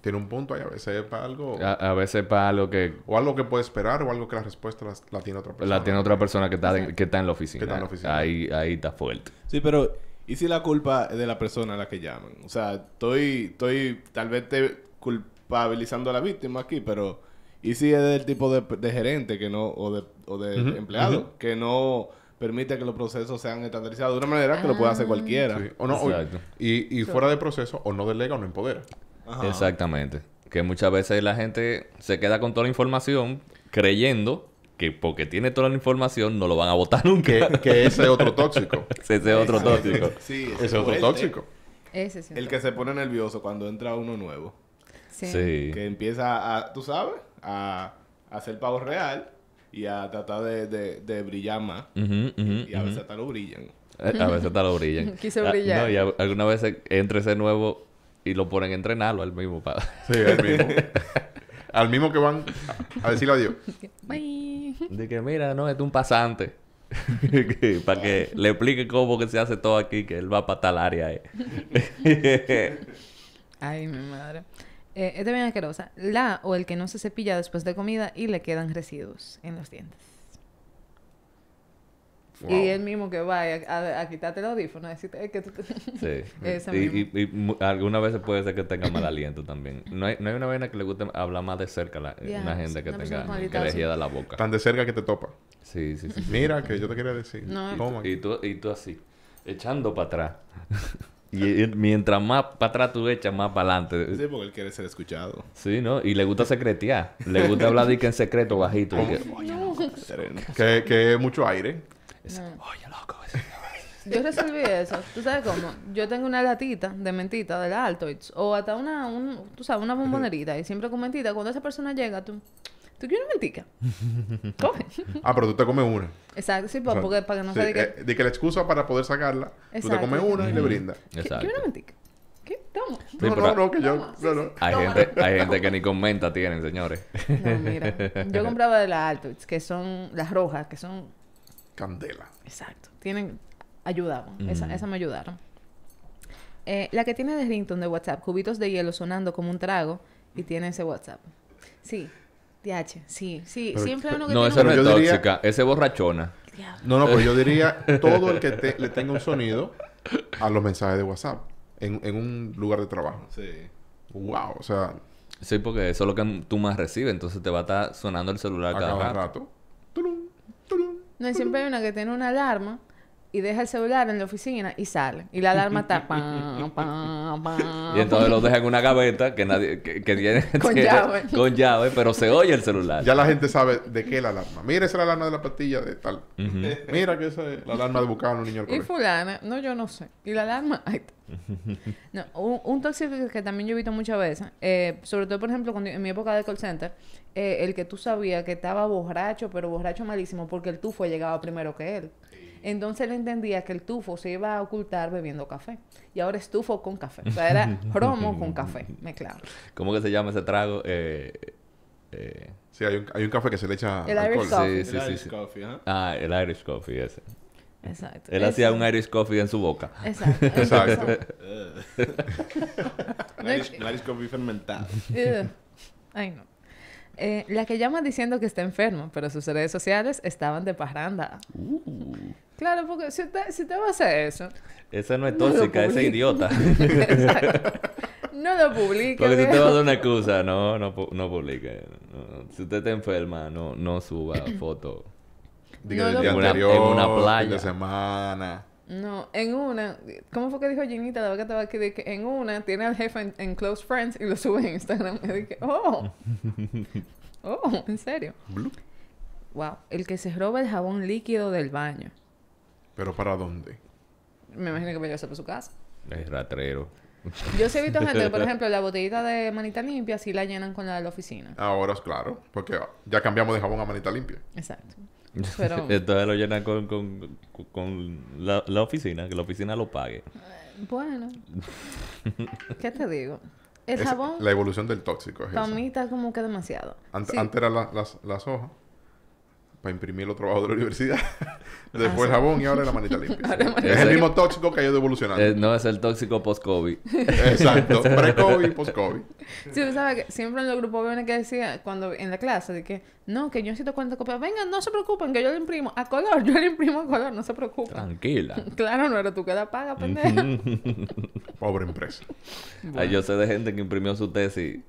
C: tiene un punto ahí, a veces es para algo.
A: A, a veces para lo que
C: O algo que puede esperar, o algo que la respuesta la, la tiene otra persona.
A: la tiene otra persona que está, de- que está en la oficina.
C: Que está en la oficina.
A: Ahí, ahí está fuerte.
D: Sí, pero ¿y si la culpa es de la persona a la que llaman? O sea, estoy, estoy tal vez te culpabilizando a la víctima aquí, pero ¿y si es del tipo de, de gerente que no o de, o de empleado que no permite que los procesos sean estandarizados de una manera que lo pueda hacer cualquiera?
C: Sí, O no, o-
A: Exacto.
C: y, y fuera de proceso, o no delega o no empodera.
D: Ajá.
A: Exactamente. Que muchas veces la gente se queda con toda la información creyendo que porque tiene toda la información no lo van a votar
C: Que,
A: nunca.
C: que ese es otro tóxico.
A: Ese es otro tóxico.
D: Sí,
C: Ese es otro
D: fuerte.
C: tóxico.
B: Ese sí.
D: El que se pone nervioso cuando entra uno nuevo,
B: Sí.
A: Sí.
D: que empieza a, tú sabes, a, a hacer pavo real y a tratar de, de- de brillar más.
A: Ujú, ujú,
D: Y a veces
A: ujú.
D: hasta lo brillan.
A: Eh, A veces hasta lo brillan.
B: Quiso
A: Ah,
B: brillar.
A: No, y a- algunas veces entra ese nuevo y lo ponen a entrenarlo al mismo padre.
C: Sí, al mismo. al mismo que van a- a decirle adiós.
B: Bye.
A: De que mira, no, este es un pasante. Que- Para que le explique cómo que se hace todo aquí, que él va para tal área. eh.
B: Ay, mi madre. Eh, esta es bien asquerosa. La o el que no se cepilla después de comida y le quedan residuos en los dientes.
C: Wow.
B: Y el mismo que va a, a- a quitarte el audífono, a decirte "Eh, que tú...
A: Sí.
B: Ese
A: y,
B: mismo.
A: y- y mu- algunas veces puede ser que tenga mal aliento también. No hay, no hay una vena que le guste hablar más de cerca a la,
B: Ya,
A: una gente que
B: una persona
A: tenga
B: con
A: que
B: aliento
A: le
B: así.
A: hieda la boca.
C: Tan de cerca que te topa.
A: Sí, sí, sí.
C: Mira, que yo te quería decir.
B: No.
C: Toma.
A: Y tú, y tú así, echando para atrás. y, y mientras más para atrás tú echas, más para adelante.
D: Sí, porque él quiere ser escuchado.
A: Sí, ¿no? Y le gusta secretear. Le gusta hablar de que en secreto bajito. de que,
D: Sereno.
C: Que, que es mucho aire.
A: es-
B: No.
A: Oye, loco. ese-
B: Yo resolví eso. ¿Tú sabes cómo? Yo tengo una latita de mentita, de la Altoids, o hasta una, un- tú sabes, una bombonerita, y siempre con mentita. Cuando esa persona llega, tú... ¿Tú quieres una mentica? Coge.
C: Ah, pero tú te comes una.
B: Exacto, sí, pa-
C: sea,
B: porque para que no
C: Sí,
B: se diga...
C: eh, de que la excusa para poder sacarla, tú te
B: Exacto.
C: comes una y le brindas.
B: ¿Qué-
A: Exacto.
B: ¿Quieres una mentica? ¿Qué? Toma.
A: Sí,
C: no,
A: pero-
C: no, no, que yo.
B: Toma, sí,
C: no, no.
A: Hay gente, hay gente que ni comenta tienen, señores.
B: No, mira. Yo compraba de las Altoids, que son las rojas, que son.
C: Candela.
B: Exacto. Tienen. Ayudaban.
A: Mm.
B: Esa, esa me ayudaron. Eh, la que tiene de ringtone de WhatsApp, cubitos de hielo sonando como un trago, y tiene ese WhatsApp. Sí. DH. Sí, sí.
C: Pero-
B: Siempre hay uno que
A: No, esa no
B: tiene
A: es
C: Yo diría-
A: tóxica. Ese es borrachona.
B: un Diablo.
C: No, no, pero yo diría todo el que te- le tenga un sonido a los mensajes de WhatsApp en, en un lugar de trabajo.
D: Sí.
C: Wow, o sea,
A: Sí, porque eso es lo que tú más recibes. Entonces te va a estar sonando el celular
C: a
A: cada
C: cada
A: rato.
C: rato. Tulum, tulum.
B: No, y siempre hay una que tiene una alarma y deja el celular en la oficina y sale. Y la alarma está pam, pam, pam.
A: Y entonces lo deja en una gaveta que nadie que, que tiene,
B: Con
A: tiene-
B: llave.
A: con llave, pero se oye el celular.
C: Ya la gente sabe de qué es la alarma. Mira, esa es la alarma de la pastilla de tal. Mira que esa es la alarma de buscar a un niño
B: Y
C: al colegio.
B: fulana, no, yo no sé. Y la alarma, ahí está. No, un, un tóxico que- que también yo he visto muchas veces, eh, sobre todo, por ejemplo, cuando, en mi época de call center, eh, el que tú sabías que estaba borracho, pero borracho malísimo, porque el tufo llegaba primero que él. Entonces él entendía que el tufo se iba a ocultar bebiendo café. Y ahora es tufo con café. O sea, era romo con café, mezclado.
A: ¿Cómo que se llama ese trago? Eh, eh,
C: Sí, hay un, hay un café que se le echa
B: El
C: alcohol.
B: Irish Coffee.
A: sí, sí, sí,
D: Irish
A: sí.
D: Coffee, ajá.
A: Ah, el Irish Coffee ese.
B: Exacto.
A: Él
B: Ese-
A: hacía un Irish Coffee en su boca.
B: Exacto.
C: Exacto.
B: No,
D: Irish,
B: y-
D: Irish Coffee fermentado.
B: Ugh. Ay, no. Eh, la que llama diciendo que está enfermo, pero sus redes sociales estaban de parranda.
A: Uh.
B: Claro, porque si usted, si usted va a hacer eso,
A: Esa no es
B: No lo
A: tóxica, esa es
B: publico.
A: idiota.
B: no lo publique.
A: Porque si usted
B: viejo.
A: va a dar una excusa, no, no, pu- no publique. No, no. Si usted está enferma, no, no suba foto.
C: Diga
B: No
C: del
B: lo-
C: día
A: En una-
C: anterior,
A: en una
C: fin
A: playa.
C: de semana.
B: No, en una, ¿cómo fue que dijo Ginita la vez que estaba aquí? De que en una tiene al jefe en, en Close Friends y lo sube en Instagram. Y dije, oh, oh, en serio.
C: Blup.
B: Wow, el que se roba el jabón líquido del baño.
C: ¿Pero para dónde?
B: Me imagino que me lleva eso para su casa.
A: Es ratrero.
B: Yo sí he visto gente que, por ejemplo, la botellita de manita limpia sí la llenan con la de la oficina.
C: Ahora, claro, porque ya cambiamos de jabón a manita limpia.
B: Exacto. Pero,
A: Entonces lo llenan con, con, con- con la, la oficina, que la oficina lo pague.
B: bueno, ¿qué te digo? El
C: Es
B: jabón
C: La evolución del tóxico es
B: para
C: eso.
B: mí está como que demasiado.
C: Ant-
B: Sí,
C: Antes eran la- las, las hojas para imprimir los trabajos de la universidad. Después
B: Ah, sí.
C: el jabón y ahora la manita limpia.
B: Ahora la manita
C: es el
A: limpia.
C: mismo tóxico que ha ido evolucionando.
A: Eh, no es el tóxico post-COVID.
C: Exacto. Pre-COVID, post-COVID.
B: sí, tú sabes que siempre en los grupos jóvenes que decía, cuando en la clase, de que, no, que yo necesito cuántas copias. Vengan, no se preocupen, que yo le imprimo a color. Yo le imprimo a color, no se preocupen.
A: Tranquila.
B: Claro, no era tú que la paga, pendeja.
C: Pobre empresa.
A: Ay, yo sé de gente que imprimió su tesis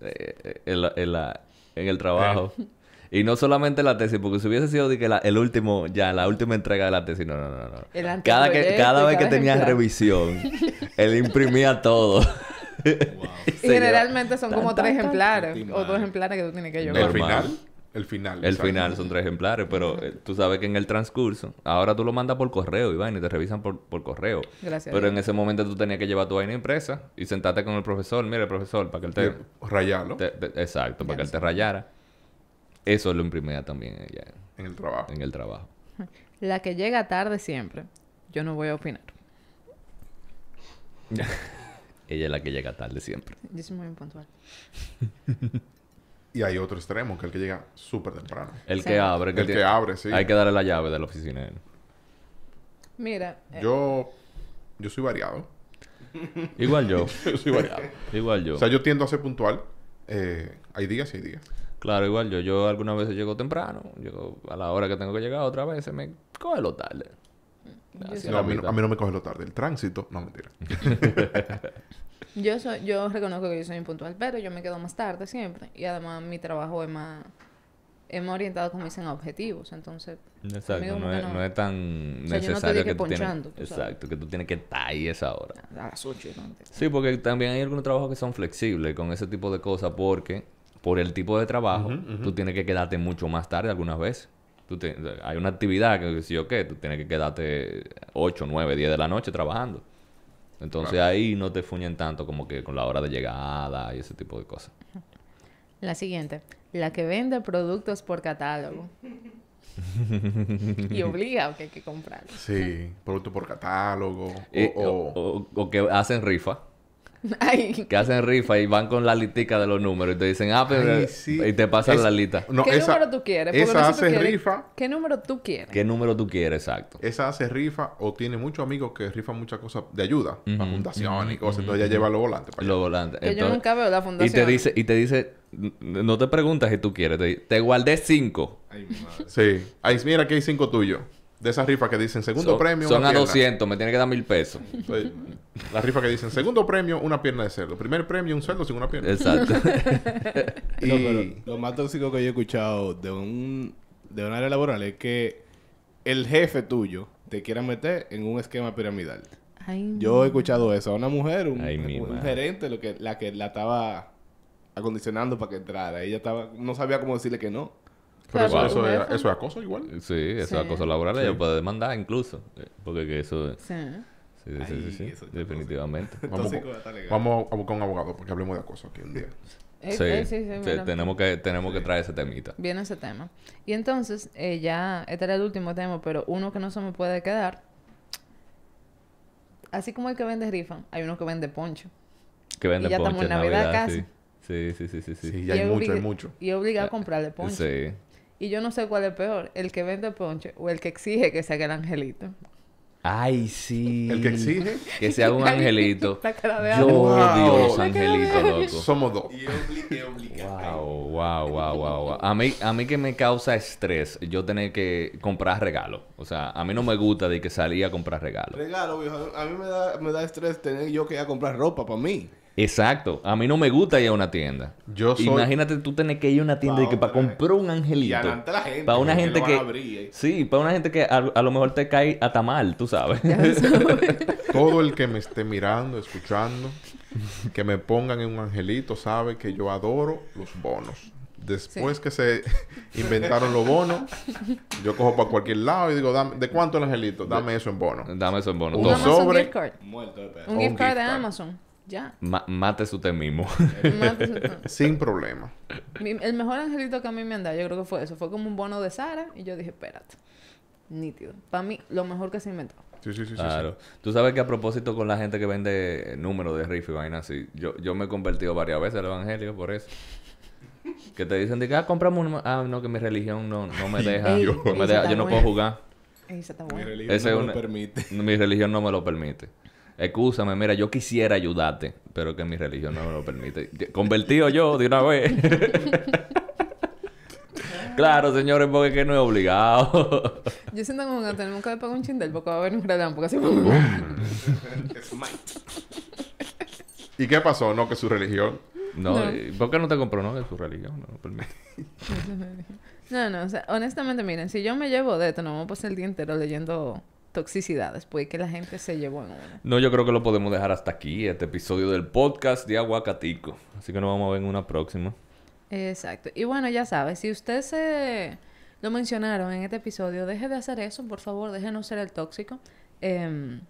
A: eh, en, la- en la- en el trabajo.
B: Eh.
A: Y no solamente la tesis, porque si hubiese sido de que la- el último, ya, la última entrega de la tesis, no, no, no. no.
B: El
A: Cada, que,
B: anteproyecto
A: cada
B: y
A: vez que
B: cada
A: tenía
B: ejemplar.
A: revisión, él imprimía todo.
D: Wow.
A: Y
B: Y
A: se
B: generalmente son
A: Tan,
B: como
A: tan,
B: tres
A: tan.
B: ejemplares o
D: Ultimado.
B: dos ejemplares que tú tienes que
A: Yo
C: el
B: llevar.
A: normal.
C: final. El final.
A: El
C: exacto.
A: final son tres ejemplares, pero eh, tú sabes que en el transcurso, ahora tú lo mandas por correo, Iván, y te revisan por, por correo.
B: Gracias a
A: Pero
B: Dios.
A: en ese momento tú tenías que llevar tu vaina impresa y sentarte con el profesor, mire, profesor, para que él te...
C: Y Rayarlo
A: te- te- exacto,
B: Ya
A: para que él
B: sé.
A: te rayara. Eso lo imprimía también ella
C: en el trabajo.
A: en el trabajo.
B: La que llega tarde siempre. Yo no voy a opinar.
A: Ella es la que llega tarde siempre.
B: Yo soy muy impuntual.
C: Y hay otro extremo, que es el que llega súper temprano.
A: El
B: Exacto.
A: que abre.
C: El que
A: tiene-
C: abre, sí.
A: Hay que darle la llave de la oficina. a él.
B: Mira, eh,
C: Yo, yo soy variado.
A: Igual yo.
C: Yo soy variado.
A: igual yo.
C: O sea, yo tiendo a ser puntual. Eh, hay días y hay días.
A: Claro, igual yo. Yo algunas veces llego temprano. Llego a la hora que tengo que llegar. Otra vez se me coge lo tarde. Así
B: Sí,
C: No,
A: la
C: a, mí, no-
A: vida.
C: a mí no me coge lo tarde. El tránsito, no, mentira.
B: yo soy, yo reconozco que yo soy impuntual, pero yo me quedo más tarde siempre. Y además mi trabajo es más, es más orientado, como dicen, a objetivos. Entonces,
A: Exacto,
B: Amigo,
A: no es,
B: no.
A: no es tan
B: O sea, yo no te
A: necesario
B: dije
A: que, tú
B: ponchando, tú
A: tienes,
B: sabes.
A: exacto, que tú tienes que estar ahí a esa hora.
B: a las 8
A: Sí, porque también hay algunos trabajos que son flexibles con ese tipo de cosas porque por el tipo de trabajo tú tienes que quedarte mucho más tarde algunas veces. Tú te- hay una actividad que sí o qué, tú tienes que quedarte 8, 9, 10 de la noche trabajando. Entonces ahí no te fuñen tanto como que con la hora de llegada y ese tipo de cosas.
B: La siguiente. La que vende productos por catálogo. y obliga a que hay que comprarlos.
C: Sí, producto por catálogo.
A: Eh,
C: o, o-
A: o- o- o que hacen rifa.
B: Ay,
A: que hacen rifa y van con la listica de los números y te dicen, ah, pero...
C: Ay, sí.
A: Y te pasan
C: Es-
A: la lista.
C: no,
B: ¿qué
C: esa-
B: número tú quieres? Porque no
C: Esa
B: sé si tú
C: hace
B: quieres.
C: rifa.
B: ¿Qué número tú quieres?
A: ¿Qué número tú quieres, exacto?
C: Esa hace rifa o tiene muchos amigos que rifan muchas cosas de ayuda, para fundaciones y cosas. Entonces ella lleva los volantes para
A: Los volantes.
B: Que yo
A: Entonces-
B: nunca veo la
A: y te
B: fundación.
A: dice, y te dice, n- no te preguntas si tú quieres, te, di- te guardé cinco.
D: Ay, mi madre.
C: allá. Sí. Ahí, mira, aquí hay cinco tuyos. De esas rifas que dicen segundo
A: son,
C: premio.
A: Son
C: una
A: a
C: pierna.
A: 200, me tiene que dar mil pesos.
C: Sí. Las rifas que dicen segundo premio, una pierna de cerdo. Primer premio, un cerdo sin una pierna.
A: Exacto.
C: Y...
D: No, pero lo más tóxico que yo he escuchado de un de un área laboral es que el jefe tuyo te quieran meter en un esquema piramidal.
B: Ay,
D: Yo he escuchado eso a una mujer, un,
A: Ay, mi
D: un
A: madre.
D: gerente, lo que, la que la estaba acondicionando para que entrara. Ella estaba, no sabía cómo decirle que no.
C: Pero
B: Claro,
C: eso, eso
B: tu
C: es,
B: jefa.
C: eso es acoso igual.
A: Sí, esa
B: Sí.
A: cosa laboral
C: Sí.
A: ella puede demandar incluso. eh, Porque que eso...
B: Sí.
A: Sí, sí,
D: Ay,
A: sí, sí,
D: eso está
A: definitivamente.
C: Vamos,
D: Entonces, ¿cómo está legal?
C: vamos a buscar un abogado porque hablemos de acoso aquí un día.
B: Eh,
A: sí,
B: eh, sí, sí,
A: sí,
B: mira.
A: tenemos que, tenemos que traer ese temita.
B: Viene ese tema. Y entonces, eh, ya, este era el último tema, pero uno que no se me puede quedar. Así como el que vende rifa, hay uno que vende poncho.
A: Que vende
B: Y ya estamos
A: ponche en
B: en Navidad
A: Navidad,
B: casi.
A: sí. Sí, sí, sí, sí, sí.
C: Sí, ya hay
B: Y
C: mucho, hay
B: obli-
C: mucho.
B: Y obliga a comprarle poncho.
A: Eh, Sí.
B: Y yo no sé cuál es peor, el que vende poncho o el que exige que saque el angelito.
A: Ay, sí.
C: El que exige,
A: Que se haga un angelito.
B: La cara de
A: Yo
B: Ana.
A: odio los
C: Wow.
A: angelitos, loco.
C: somos dos.
D: Y obli- y obligado.
A: Wow, wow, wow, wow, wow. A mí, a mí que me causa estrés yo tener que comprar regalos. O sea, a mí no me gusta de que salí a comprar regalos.
D: Regalo, viejo. A mí me da, me da estrés tener yo que ir a comprar ropa para mí.
A: Exacto. A mí no me gusta ir a una tienda.
C: Yo soy-
A: Imagínate tú tener que ir a una tienda y que para
D: otra
A: comprar un
D: Y
A: angelito.
D: adelante la gente.
A: Para una
D: porque
A: gente
D: lo
A: que...
D: van a abrir, eh.
A: Sí, para una gente que a, a lo mejor te cae hasta mal, tú sabes.
C: Todo el que me esté mirando, escuchando, que me pongan en un angelito, sabe que yo adoro los bonos. Después que se inventaron los bonos, yo cojo para cualquier lado y digo, dame- ¿de cuánto el angelito? Dame eso en bono.
A: Dame eso en bono.
C: Un
B: Un
A: Toma.
B: Amazon
C: sobre.
B: gift card.
D: Muerto de perro.
B: Un
C: O
B: gift
C: un
B: card
C: gift
B: de
C: card.
B: Amazon. Ya.
A: Ma- mátese usted mismo.
B: Más-
C: Sin problema.
B: Mi- el mejor angelito que a mí me han dado, yo creo que fue eso. Fue como un bono de Sara y yo dije, espérate. Nítido. Para mí, lo mejor que se inventó.
C: Sí, sí, sí, sí, sí.
A: Claro. Tú sabes que a propósito con la gente que vende números de riff y vainas así, yo, yo me he convertido varias veces al evangelio por eso. Que te dicen de que, ah, compramos un... Ah, no, que mi religión no, no me deja.
B: Ey,
A: no
B: eso
A: me deja,
B: está
A: Yo no
B: bueno.
A: puedo jugar.
B: Ey, Esa está
D: Mi
B: buena.
D: religión
A: Ese
D: no
A: es
D: me
A: una-
D: lo permite.
A: Mi religión no me lo permite. Excúsame, mira, yo quisiera ayudarte, pero que mi religión no me lo permite. Que- Convertido yo de una vez. claro, señores, porque que no es obligado.
B: Yo siento como que tenemos que pagar un chindel porque va a haber un relámpago así.
D: Smite.
C: ¿Y qué pasó? No, que su religión.
A: no,
B: No.
A: ¿y ¿por qué no te compró? No, es su religión, no lo permite.
B: No, no, o sea, honestamente, miren, si yo me llevo de esto, no vamos a pasar el día entero leyendo toxicidades, pues que la gente se llevó en una.
A: No, yo creo que lo podemos dejar hasta aquí, este episodio del podcast de Aguacatico. Así que nos vamos a ver en una próxima.
B: Exacto. Y bueno, ya sabes, si usted se lo mencionaron en este episodio, deje de hacer eso, por favor, déjenos ser el tóxico. Em,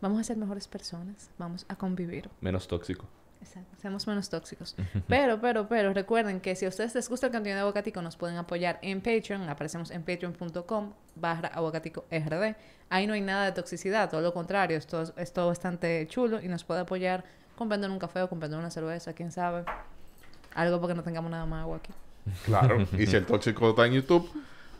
B: vamos a ser mejores personas, vamos a convivir.
A: Menos tóxico.
B: Exacto, seamos menos tóxicos. Pero, pero, pero, recuerden que si a ustedes les gusta el contenido de Aguacatico, nos pueden apoyar en Patreon. Aparecemos en patreon.com barra aguacatico rd. Ahí no hay nada de toxicidad, todo lo contrario, esto es, es todo bastante chulo y nos puede apoyar comprando un café o comprando una cerveza, quién sabe. Algo porque no tengamos nada más agua aquí.
C: Claro. Y si el tóxico está en YouTube,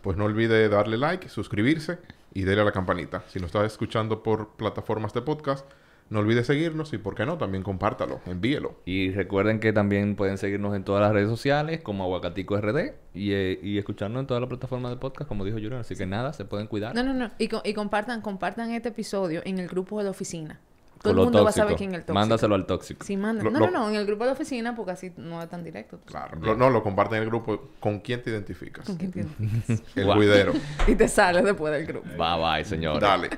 C: pues no olvide darle like, suscribirse y darle a la campanita. Si nos está escuchando por plataformas de podcast, no olvide seguirnos y, ¿por qué no? También compártalo, envíelo.
A: Y recuerden que también pueden seguirnos en todas las redes sociales como Aguacatico RD y, eh, y escucharnos en todas las plataformas de podcast, como dijo Julian. Así que nada, se pueden cuidar.
B: No, no, no. Y, co- y compartan, compartan este episodio en el grupo de la oficina. Todo
A: Con
B: el
A: lo
B: mundo va a
A: tóxico.
B: saber quién es el tóxico.
A: Mándaselo al tóxico.
B: Sí, manda.
C: Lo-
B: no,
C: lo-
B: no, no, en el grupo de la oficina porque así no es tan directo. tú
C: Claro. Lo- no, lo comparten en el grupo. ¿Con quién te identificas?
B: sabes. ¿Entiendes?
C: El
A: Guau.
C: cuidero.
B: y te sales después del grupo.
A: Bye bye, señores.
C: Dale.